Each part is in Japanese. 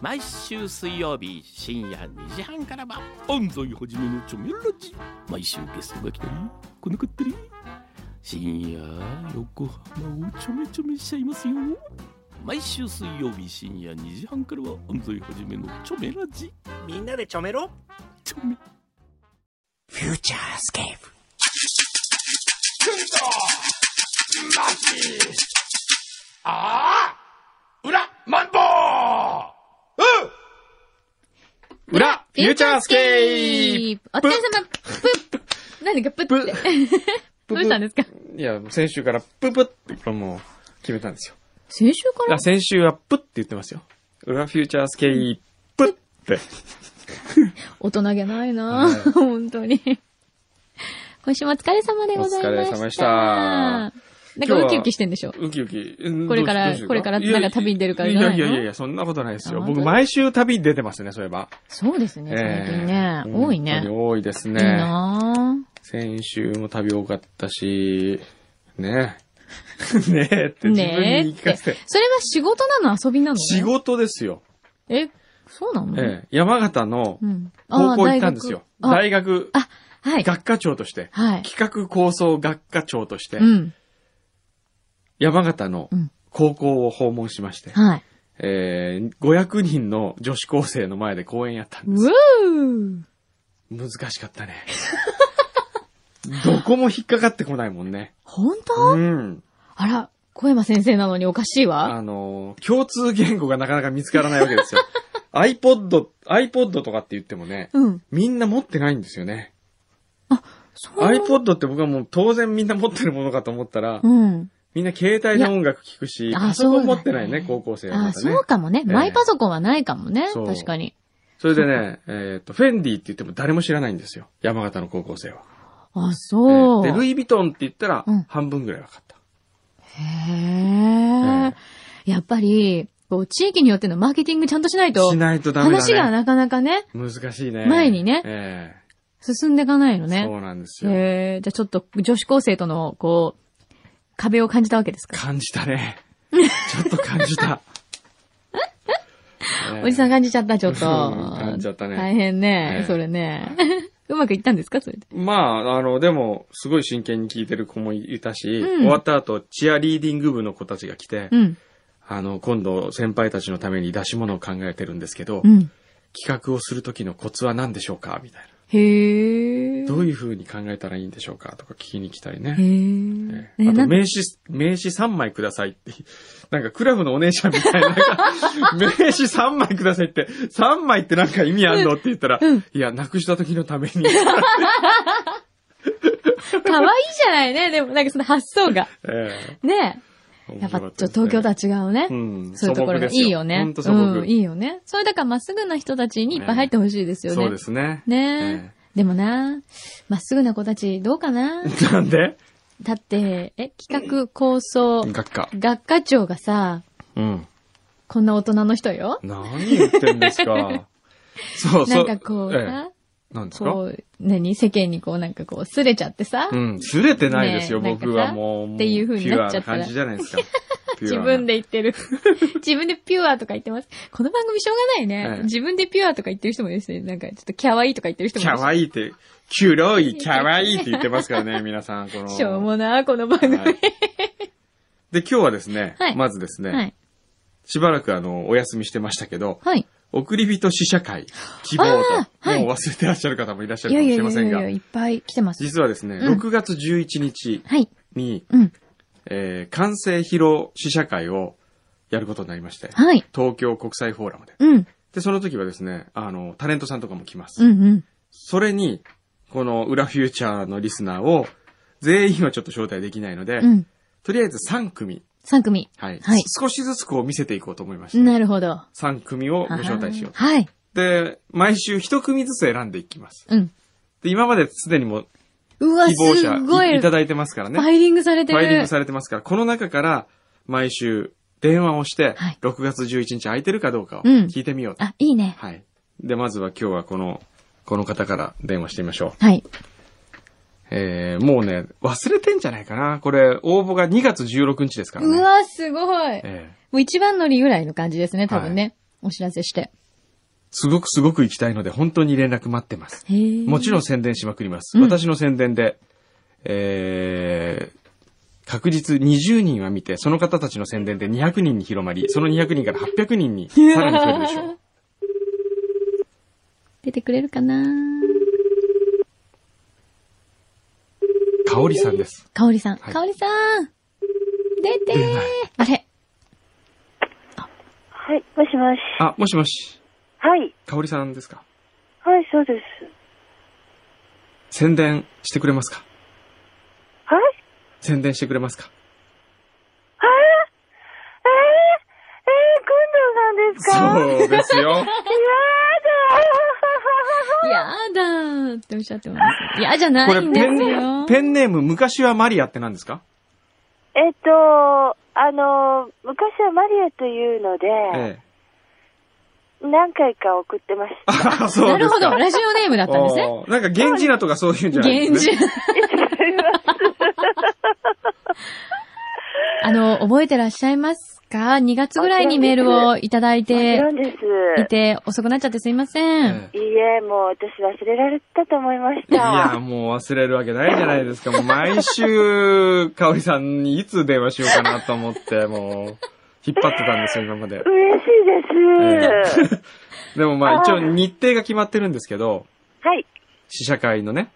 毎週水曜日深夜2時半からは安西はじめのチョメラジ毎週ゲストが来たり来なかったり深夜横浜をちょめちょめしちゃいますよ毎週水曜日深夜2時半からは安西はじめのチョメラジみんなでちょめろチョメフューチャースケープ裏、フューチャースケープお疲れ様プッ何かプッって。 どうしたんですかいや、先週からププって、これもう、決めたんですよ。先週かいらや、先週はプって言ってますよ。裏フューチャースケープって。大人げないなぁ本当に。今週もお疲れ様でございました。お疲れ様でしたなんかウキウキしてんでしょウキウキ。うんこれからどうしどうしようこれからなんか旅に出るからいじゃやないいのやいやいや、そんなことないですよ。あ僕、本当毎週旅に出てますね、そういえば。そうですね、最近ね。えー多い本ね。当に多いですいいね。な先週も旅多かったし、ねえ。 ねえって自ぁ。分ねえに言い聞っかて。せて。それは仕事なの遊びなの仕事ですよ。え、そうなのええ。山形のうん。高校あー行ったんですよ。大大学学あ、あはい。学科長として。はい。企画構想学科長として、うん。山形のうん高校を訪問しまして、はい。えー、500人の女子高生の前で講演やったんです。うー難しかったね。 どこも引っかかってこないもんね。本当うん。あら、小山先生なのにおかしいわ。あのー、共通言語がなかなか見つからないわけです よ。iPod、iPod とかって言ってもね、うん。みんな持ってないんですよね。そうなの iPod って僕はもう当然みんな持ってるものかと思ったら、うん。みんな携帯で音楽聴くし、いやあパソコンそうだね持ってないね、高校生はあまあ、たねそう。かもね。ええマイパソコンはないかもね。そう確かに。それでね、えっ、と、フェンディって言っても誰も知らないんですよ。山形の高校生は。あ、そう。えへーで、ルイ・ヴィトンって言ったらうん、半分ぐらい分かった。え。やっぱり、こう、地域によってのマーケティングちゃんとしないとし、ないとダメだね。話がなかなかね、難しいね。前にねえ進んでいかないのえね。そうなんですよ。へえ。じゃあちょっと、女子高生との、こう、壁を感じたわけですか。感じたね。ちょっと感じた。ええ おじさん感じちゃった、ちょっと。うん感じちゃったね大変ね、ええそれね。 うまくいったんですかそれで。まあ、あの、でも、すごい真剣に聞いてる子もいたし、うん終わった後、チアリーディング部の子たちが来て、うん。あの、今度、先輩たちのために出し物を考えてるんですけど、うん。企画をする時のコツは何でしょうかみたいな。へえ。どういう風に考えたらいいんでしょうかとか聞きに来たりへね。え。ええあとえ、なんか名刺、名刺3枚くださいって。 なんかクラブのお姉ちゃんみたいな、 なんか名刺3枚くださいって、3枚ってなんか意味あんのって言ったら、いや、なくした時のた めに。可愛いじゃないね。でも、なんかその発想が。えねええ。やっぱ、ちょっと東京とだは違うね。うんそういうところ素朴でがいすよいよねほん。と素朴うん、いいよね。それだからまっすぐな人たちにいっぱい入ってほしいですよね。そうですね。ねえ。えでもな、まっすぐな子たちどうかななんでだって、え、企画構想、学科。学科長がさ、うん。こんな大人の人よ。何言ってんです か。そうなそんう。かこうええさ、なんですかこう、何世間にこうなんかこう、すれちゃってさ、うん、すれてないですよ、ねえ僕はもなう。んかさっていう風になっちゃったピュアなら感じじゃない ですか。ピュア自な分。で言ってる。 自分でピュアとか言ってます。この番組しょうがないねえ。え自分でピュアとか言ってる人もいるし、なんかちょっとキャワイイとか言ってる人キもいるャし。ワイイって、キュロイ、キャワイイって言ってますから ね、皆さん。この。しょうもな、この番組。はいで、今日はですね、はいまずですね、はい。しばらくあの、お休みしてましたけど、はい。送り人試写会、希望あと、ーはいもう忘れてらっしゃる方もいらっしゃいるやかもいしやいれまやせんが、いやいや、いっぱい来てます。実はですね、うん6月11日はい。に、うん。えー完成披露試写会をやることになりまして、はい。東京国際フォーラムで。うん。で、その時はですね、あの、タレントさんとかも来ます。うんうん。それに、この裏フューチャーのリスナーを、全員はちょっと招待できないので、うん。とりあえず3組、 3組。はい、はいす少しずつこう見せていこうと思いまして、なるほど。 3組をご招待しようと。はい。で、毎週1組ずつ選んでいきます。うん。で、今まですでにもうわ、希す望者ごい。いいただいてますからね。フファイリングされてる。ァイリングされてますから、この中から毎週電話をして、はい6月11日空いてるかどうかをうん聞いてみようと。あ、いいね。はい。で、まずは今日はこの、この方から電話してみましょう。はい。えー、もうね、忘れてんじゃないかな。これ、応募が2月16日ですからね。うわ、すごい。えもう一番乗りぐらいの感じですね、多分ね。お知らせして。すごくすごく行きたいので、本当に連絡待ってます。へえ。もちろん宣伝しまくります。うん私の宣伝で、えー、確実20人は見て、その方たちの宣伝で200人に広まり、その200人から800人にさらに増えるでしょう。 出てくれるかなかおりさんです。かおりさん。はいかおりさん出て出ないあれはい、もしもし。あ、もしもし、はい、かおりさんですかはい、そうです。宣伝してくれますかはい宣伝してくれますかえー、えー、くんどうさんですかそうですよ。やだーっておっしゃってます。いやじゃなこれいんでペすンよ、。ペンネーム、昔はマリアって何ですか えっと、あの、昔はマリアというので、ええ。 何回か送ってました。あ、そなうでるすほか。ど。ラジオネームだったんですね。おーなんか、源氏名とかそういうんじゃないん現ですね。実。 あの、覚えてらっしゃいますか ?2 月ぐらいにメールをいただいてなんです。いて、遅くなっちゃってすいません。ええいいえ、もう私忘れられたと思いましいや、た。もう忘れるわけないじゃないですか。もう毎週、かおりさんにいつ電話しようかなと思って、もう、引っ張ってたんですよ、今まで。嬉しいです。でもまあ一応日程が決まってるんですけど、はい、試写会のね、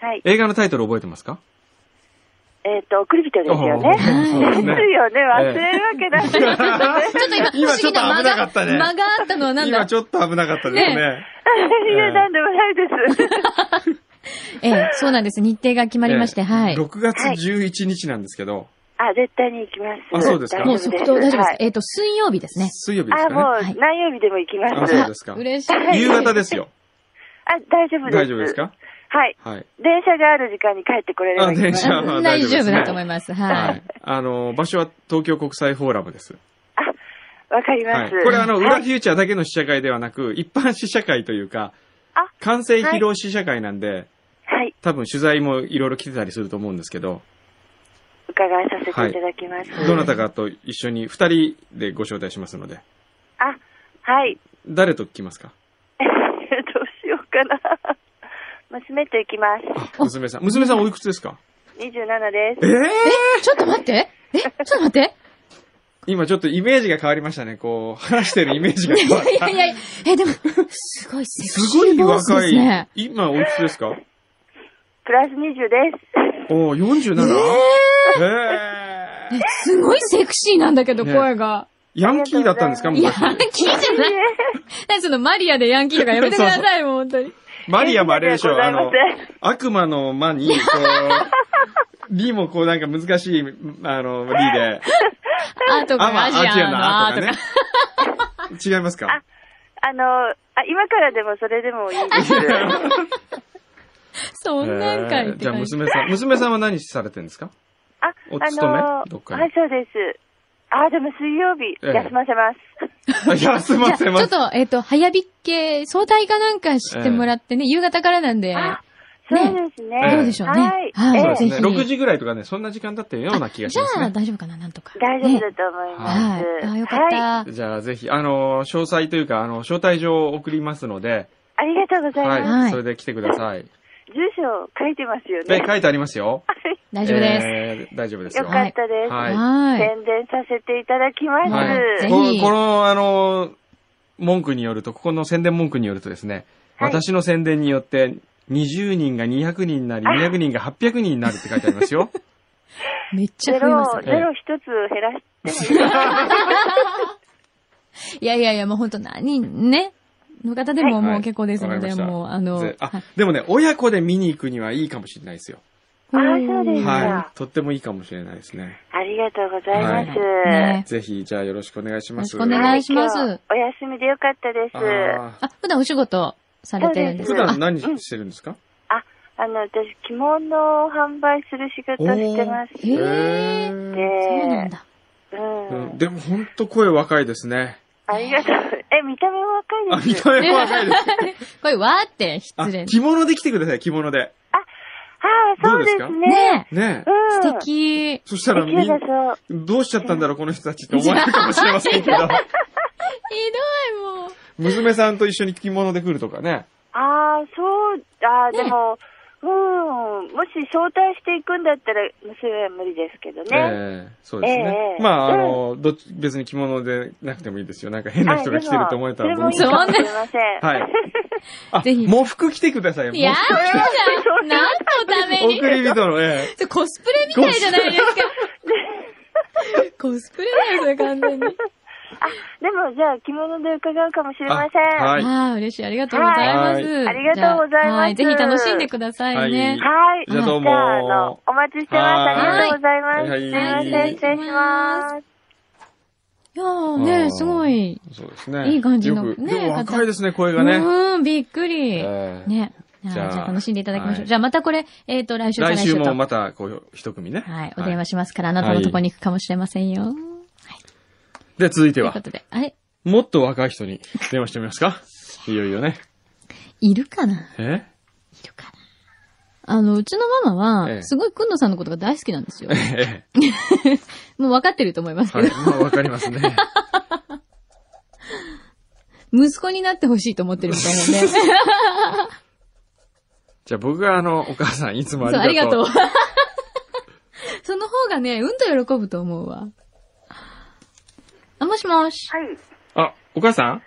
はい。映画のタイトル覚えてますかえっと、送り人ですよおねー。そうですですね。よね、忘れるわけない ですよね。 ち今ょっと今、不思議な間ちょっと危なかったねが、間があったのはなん今だちょっと危なかったですね。いや、なんでもないです。ええ、そうなんです。日程が決まりまして、ええはい。 6月11日なんですけど、あ、絶対に行きます。あそうですか大丈夫もう即答大丈夫です。えっと、水曜日ですね。水曜日ではいすあ、もかはいう何曜日でも行きまあす。そうあですか嬉しい。はいね。夕方ですよ。大丈夫です。大丈夫ですかはい。はい。電車がある時間に帰ってこれればあ、いい電車は大大丈夫で丈夫す、ね。だと思います。ははいい。。あの、場所は東京国際フォーラムです。わかりはまい。す。これあの、はい裏フューチャーだけの試写会ではなく、一般試写会というかあ、完成披露試写会なんで、はい。多分取材もいろいろ来てたりすると思うんですけど、伺わさせていただきます。はいどなたかと一緒に二人でご招待しますので、あ、はい。 誰と来ますかどうしようかな。娘と行きます。あ、娘さん。娘さんおいくつですか27です。ええちょっと待って。え、ちょっと待って。今ちょっとイメージが変わりましたね。こう、話してるイメージが変わっいたや。いやいや、え、でも、すごいセクすシごいーボイスで若すい。ね。今おいくつですかプラス20です。おー、47? えええすごいセクシーなんだけど、ね声が。ヤンキーだったんですかいや、昔。ヤンキーじゃない。何そのマリアでヤンキーとかやめてください、もう本当に。マリアもあれでしょ、あありがとうのござ、いま悪魔の魔に、こ う、リもこうなんか難しい、あの、リで、あとアかマ、アジアジアアののあアととか。かね。違いますか あの、あ、今からでもそれでもいいです。そんなんかいえーってじゃあ感じ。娘さん、娘さんは何されてるんですかあ、おあ勤めのどっかにはい、そうです。あ、でも水曜日、ええ休ませます。あいや、すいじゃまあ、せちん、まょっと、えっと、早引け、早退かなんかしてもらってね、夕方からなんで、あそうですね。どうでしょうね。は。はいそうえい、ですぜね。ひ。 6時ぐらいとかね、そんな時間だったような気がしじますゃあ、ね。大丈夫かな、なんとか。え大丈夫ねだと思いまはす。い。あ、よかっはい。た。じゃあ、ぜひ、あの、詳細というか、あの、招待状を送りますので、ありがとうございはい、ます。はいそれで来てください。住所書いてますよでね、。書いてありますよ。大丈夫です。す。大丈夫ですよよ。かったです。はいはい。宣伝させていただきます。ははいい。ぜこのひこの、あの、文句によると、ここの宣伝文句によるとですね、はい私の宣伝によって、20人が200人になり、200人が800人になるって書いてあります よ。めっちゃゼ増えまロす、ゼロ一つ減らしてもいいですか いやいやいや、もう本当何人ね、の方でもはいもう結構ですのわかりで、ましたもう、あの、ぜはいあ、でもね、親子で見に行くにはいいかもしれないですよ。あそうですかはい。とってもいいかもしれないですね。ありがとうございます。ねぜひ、じゃあよろしくお願いします。よろしくお願いします今日お休みでよかったです。ああーあ、普段お仕事されてるんです普そうでか段何してるんですかの、私、着物を販売する仕事してます。おーへーへでーそうなんだ。ううんん。でも本当声若いですね。ありがとう。え、見た目もあ、若い見です。た目も若い です。これ、わーってあ失礼。ね着物で来てください、着物で。はい、どそうでうですすかね。え。ねえ。うん。素敵。そしたらでみきんればそう。どうしちゃったんだろう、この人たちって思われるかもしれませんけど。どい、もう。娘さんと一緒に着物で来るとかね。ああ、そう、ああ、ねでも、うん、もし招待していくんだったら、娘は無理ですけどね。ええそうですね。ええまあ、あの、どっち、別に着物でなくてもいいですよ。なんか変な人が来てると思えたらあでもそれもいいかもしれません。 はい。あ、ぜひ喪服着てください。やだ何のため喪に服。送り人の、ええそれコスプレみたいじゃないですか。コスプレだよ、それ完全に。でも、じゃあ、着物で伺うかもしれません。あはいああ、嬉しい。ありがとうございます。いありがとうございますじゃあはい、ぜひ楽しんでくださいね。はい。じゃあどうもじゃあ、あの、お待ちしてます。はいありがとうございます。はいすいません、失礼します。いやーね、すごい。そうですね。いい感じのよくねでも若いですね、声がうね。ーん、びっくり。ええね。じじゃゃああ、じゃあ楽しんでいただきましょはう。いじゃあまたこれ、えっと、来週再来来週週と。もまた、こう、一組ね。はい、お電話ししますから、あなたのとこに行くかもしれませんよ。で、続いてというはこ、とで、あれもっと若い人に電話してみます かいよいよね。いるかな えいるかなあの、うちのママええは、すごいくんのさんのことが大好きなんですよえ。えもう分かってると思いますけはいど、。まあ、わかります ね。息子になってほしいと思ってるみたいなんで。じゃあ僕があの、お母さんいつもそう、あありりががととうう。。 その方がね、うんと喜ぶと思うわ。あ、もしもし。はい。あ、お母 さんはい。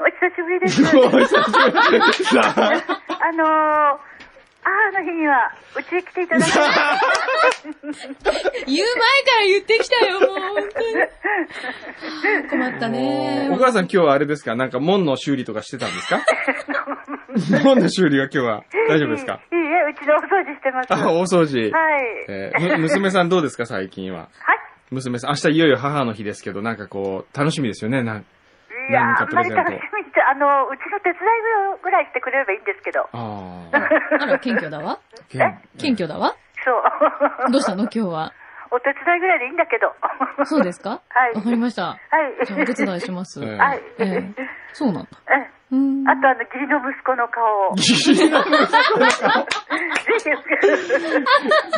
お久しぶりでお す。久しぶりです。あのー、母の日には、うちへ来ていただき、言う前から言ってきたよ、もう、本当に。困ったね。お母さん今日はあれですかなんか門の修理とかしてたんですか 門の修理は今日は 大丈夫ですかいいえ、うちでお掃除してます。あ、はい。大掃除。はい。えーむ娘さんどうですか最近は。娘さん、明日いよいよ母の日ですけど、なんかこう、楽しみですよね。なんいや何ー、かあんプまレゼりント楽しみって、あの、うちの手伝いぐらいしてくれればいいんですけど。ああら、謙虚だわ。あ。けん謙虚だわ。そう。 どうしたの今日は。お手伝いぐらいでいいんだけど。 そうですかはいわかりました。はい。じゃあ、お手伝いします。えええ はい。えそうなんだ。うんうん。あと、あの、義理の息子の 顔を。ぜひ、ぜ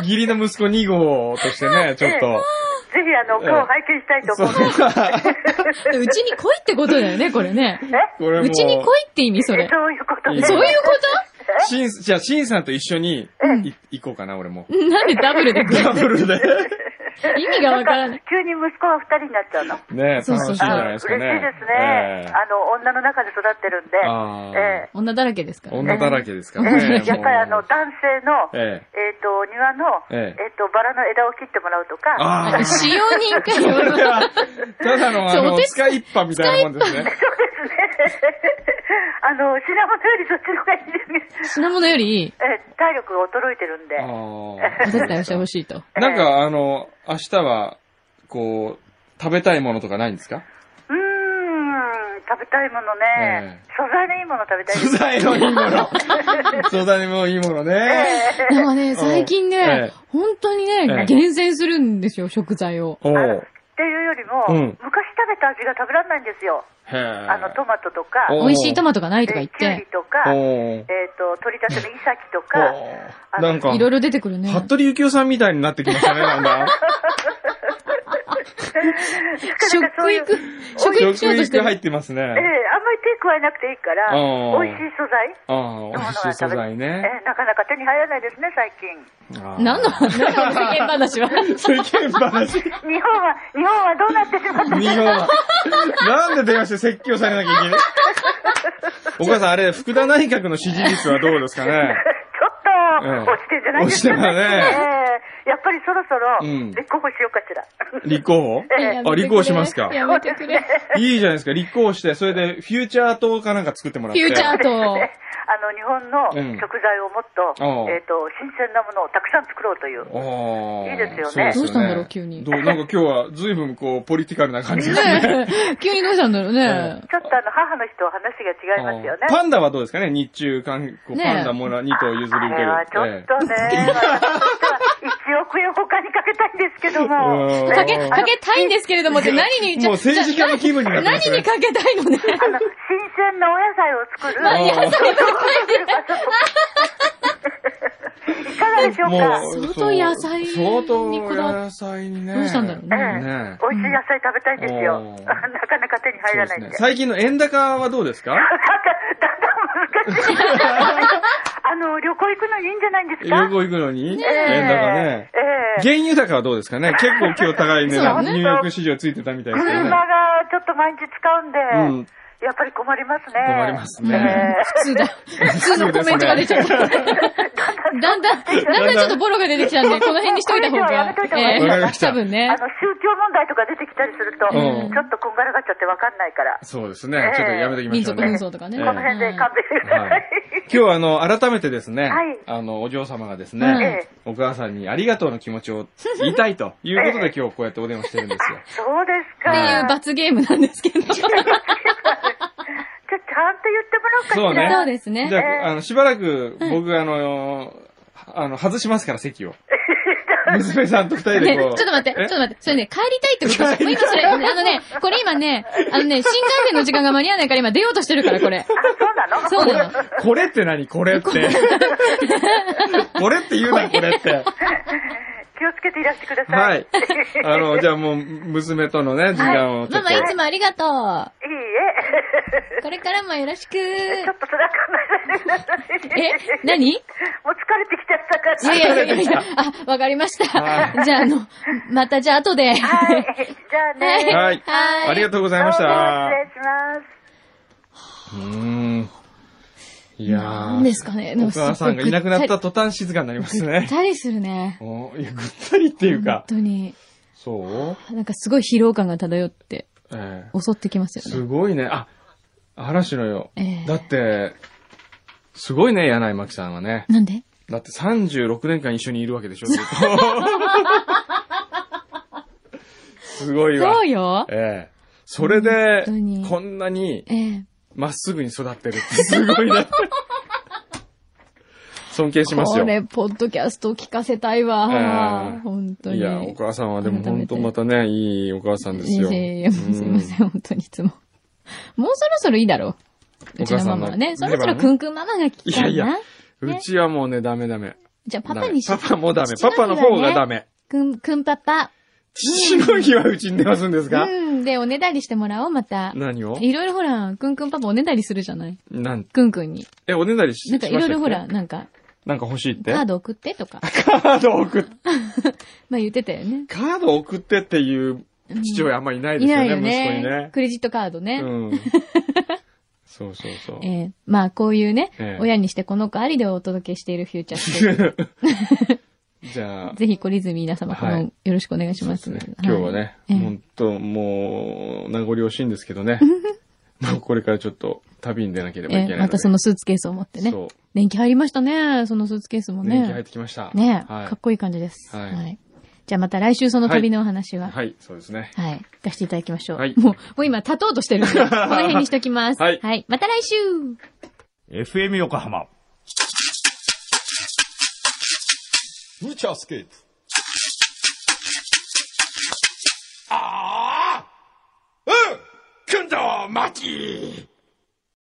義理の息子2号としてね、ちょっと。ひ、あの、お顔を拝見したいとそ思う。ううちに来いってことだよね、これね。これもうちに来いって意味、それ。そういうこといいね。ねそういうこしん、じゃあ、しんさんと一緒にい行こうかな、俺も。となんでダブルで来るダブルで。意味がわからない。急に息子が二人になっちゃうの。ね楽しそういんそうじそうゃあないで嬉すしいかですね。ね。あの、女の中で育ってるんで。えあえ女だらけですかあ。ら女ね。だらけですからえね。やっぱりあの、もう男性の、ええ。えっと、お庭の、えええっと、バラの枝を切ってもらうとか。ああ。使用人かそよ。れは、ただの、あそうおの、手使いっぱみたいなもんですね。 あの、品物よりそっちの方がいいですね。品物よりいい。 ええ体力が衰えてるんで。あお手伝いをしてあほ。しいと。なんか、あの、明日は、こう、食べたいものとかないんですかうーん、食べたいものね。え素材のいいもの食べたいです素。材のいいも の。素材のいいものね。でもね、最近えねえ、本当にえねえ、厳選するんですよ、食材を。おう。へっていうよりも、うん昔食べた味が食べられないんですよ。え。あの、トマトとか、お美味しいトマトがないえとか言っーキュウリて、とか、えっ、おう。と、取り立てのイサキとか、おうなんかい、ろいろ出てくるね。服部幸雄さんみたいになってきましたね、なん だ。食そういう育、食育しようとして入る。ってますねえー。あんまり手加えなくていいから、うん美味しい素材ああ、美味しい素材ね。えーなかなか手に入らないですね、最近。何の、何の世間話は。世間話。日日本は、日本はどうなってしまった本は。なんで電話して説教されなきゃいけ ないお母さん、あれ、福田内閣の支持率はどうですか ねちょっと、落ちてんじゃないです落ちてたか、ねえーやっぱりそろそろ、うん立候補しようかしら。立候補えーあ、立候補しますかやめてくれ。いいじゃないですか。立候補して、それで、フューチャー党かなんか作ってもらっフて。ューチャーと、 あの、日本のうん食材をもっと、うんえっ、と、新鮮なものをたくさん作ろうという。おーいいですよねそでどうしたんだろう急にどう、なんか今日は随分こう、ポリティカルな感じです ね。急にどうしたんだろうね。ちょっとあの、母の日と話が違いますよね。パンダはどうですかね日中韓国、ねえパンダもら、2頭譲あり受けれる。はちょっとね、私としては1億円他にかけたいんですけども、うんかけ、かけたいんですけれどもって何に、もう政治家の気分になってま何すねにかけたいのね。あの、新鮮 なお野菜を作る、ええそういう場所とか、かがでしょうかう相当そう野菜に相こだわ当野菜にね。どうしたんだろううね。んね。美味しい野菜食べたいですよ。おーなかなか手に入そうらでなすいんねで。。最近の円高はどうですかだんだん難しい。あの、旅行行くのにいいんじゃないんです旅か行行くのに円ええ高ね。ええ原油高はどうですかね結構今日高い値そう段、ねニューヨーク市場ついてたみたいですけど車ね。がちょっと毎日使ううんで、んやっぱり困りますね。困りますねええ普通だ。普通のコメントが出ちゃった。だんだん、だんだんちょっとボロが出てきたんで、この辺にしといた方が。これ以上はやめといた方がいいわかりました多分あね。の、宗教問題とか出てきたりすると、うんちょっとこんがらがっちゃってわかんないから、 そうですね。ちょっとやめときま民しょう族ね。紛争とかね。ええこの辺で勘弁してください。今日はあの、改めてですね、はいあの、お嬢様がですうんね、お母さんにありがとうの気持ちを言いたいという ことで今日こうやってお電話してるんですよ。そうですっか。ていう罰ゲームなんですけど。じゃあちゃんと言ってもらおうかしら。そうねそうですじゃね。あ、あの、しばらく僕があの、あの、外しますから席 を。娘さんと二人ねでちょこっう。と待って、ちょっえと待って、それね、帰りたいってことですもう今それ、あのね、これ今ね、あのね、新幹線の時間が間に合わないから今出ようとしてるから、これ。そうなのそうなの。これって何これって。 これって言うな、これって。気をつけていらしてくださ。はいい。あ の、じゃあもう、娘とのね、時間をちょマっとマ。いつもありがとう。いいえ。これからもよろしく。ちょっとそれは考えられない。え、何いもう疲れてきちゃったかやら。いやい やいや、あ、わかりました。はじゃあ、あの、またじゃあ後で。はい。じゃあね。はいはいありがとうございどまうもし失た。礼します。うーん。いやー何ですかねでおもすごい母さんがいなくなっぐた途端静かになりますね。たりするね。 おいや、ぐったりっていう本か。当に。そうなんかすごい疲労感が漂ってええ襲ってきますよすね。ごいね。あ、嵐のよ。ええだって、すごいね、柳井真紀さんはね。なんでだって36年間一緒にいるわけでしょ、ずっと すごいわ。そうよ。ええそれで本当に、こんなにええ。まっすぐに育ってるってすごい ね。尊敬しますこよ。れ、ポッドキャストを聞かせたいわええ。本当に。いや、お母さんはでも改本めて当またね、いいお母さんですいよ。やいやいやもうすいません、本当にいつも。もうそろそろいいだろう。うおち母のさマんのマはね。そろそ出ろ番くんくんママが聞きたいいやいなや。うんうちはもうね、ダメダメ。じゃあパダメパにしよパうパもダメ。父パ日パはのね方がダメ。くん、くんパパ。父の日はうちに出ますんですかうん。で、おねだりしてもらおう、また。何をいろいろほら、くんくんパパおねだりするじゃないなん、くんくんに。え、おねだりしなんかいろいろほ。しましたら、っなんか、けなんか欲しいってカード送って とか。カード送っ、まあ言ってたよね。カード送ってっていう父親あんまりいないいですよなね、いよ息子にねね。。クレジットカードね。うん。そうそうそう。 ええまあこういうね、ええ親にしてこの子ありでお届けしているフューチャース ケープじゃ あ、ぜひ、小リズミ皆様、この、はいよろしくお願いしまそす。うですね今日はね、ええ本当もう、名残惜しいんですけど ね。もうこれからちょっと旅に出なければいけないえのえで。またそのスーツケースを持ってねそう。。年季入りましたね、そのスーツケースも年季入っね。てきました。ねえ、はかっこいい感じです。は。はいいじゃあまた来週その旅のお話い。は、はい、そうですね。はい、行かせていただきましょう。はいもう、もう今、立とうとしてるんで、この辺にしときます。はいはい。また来週 FM 横浜。フューチャースケープ。ああうんくんどまき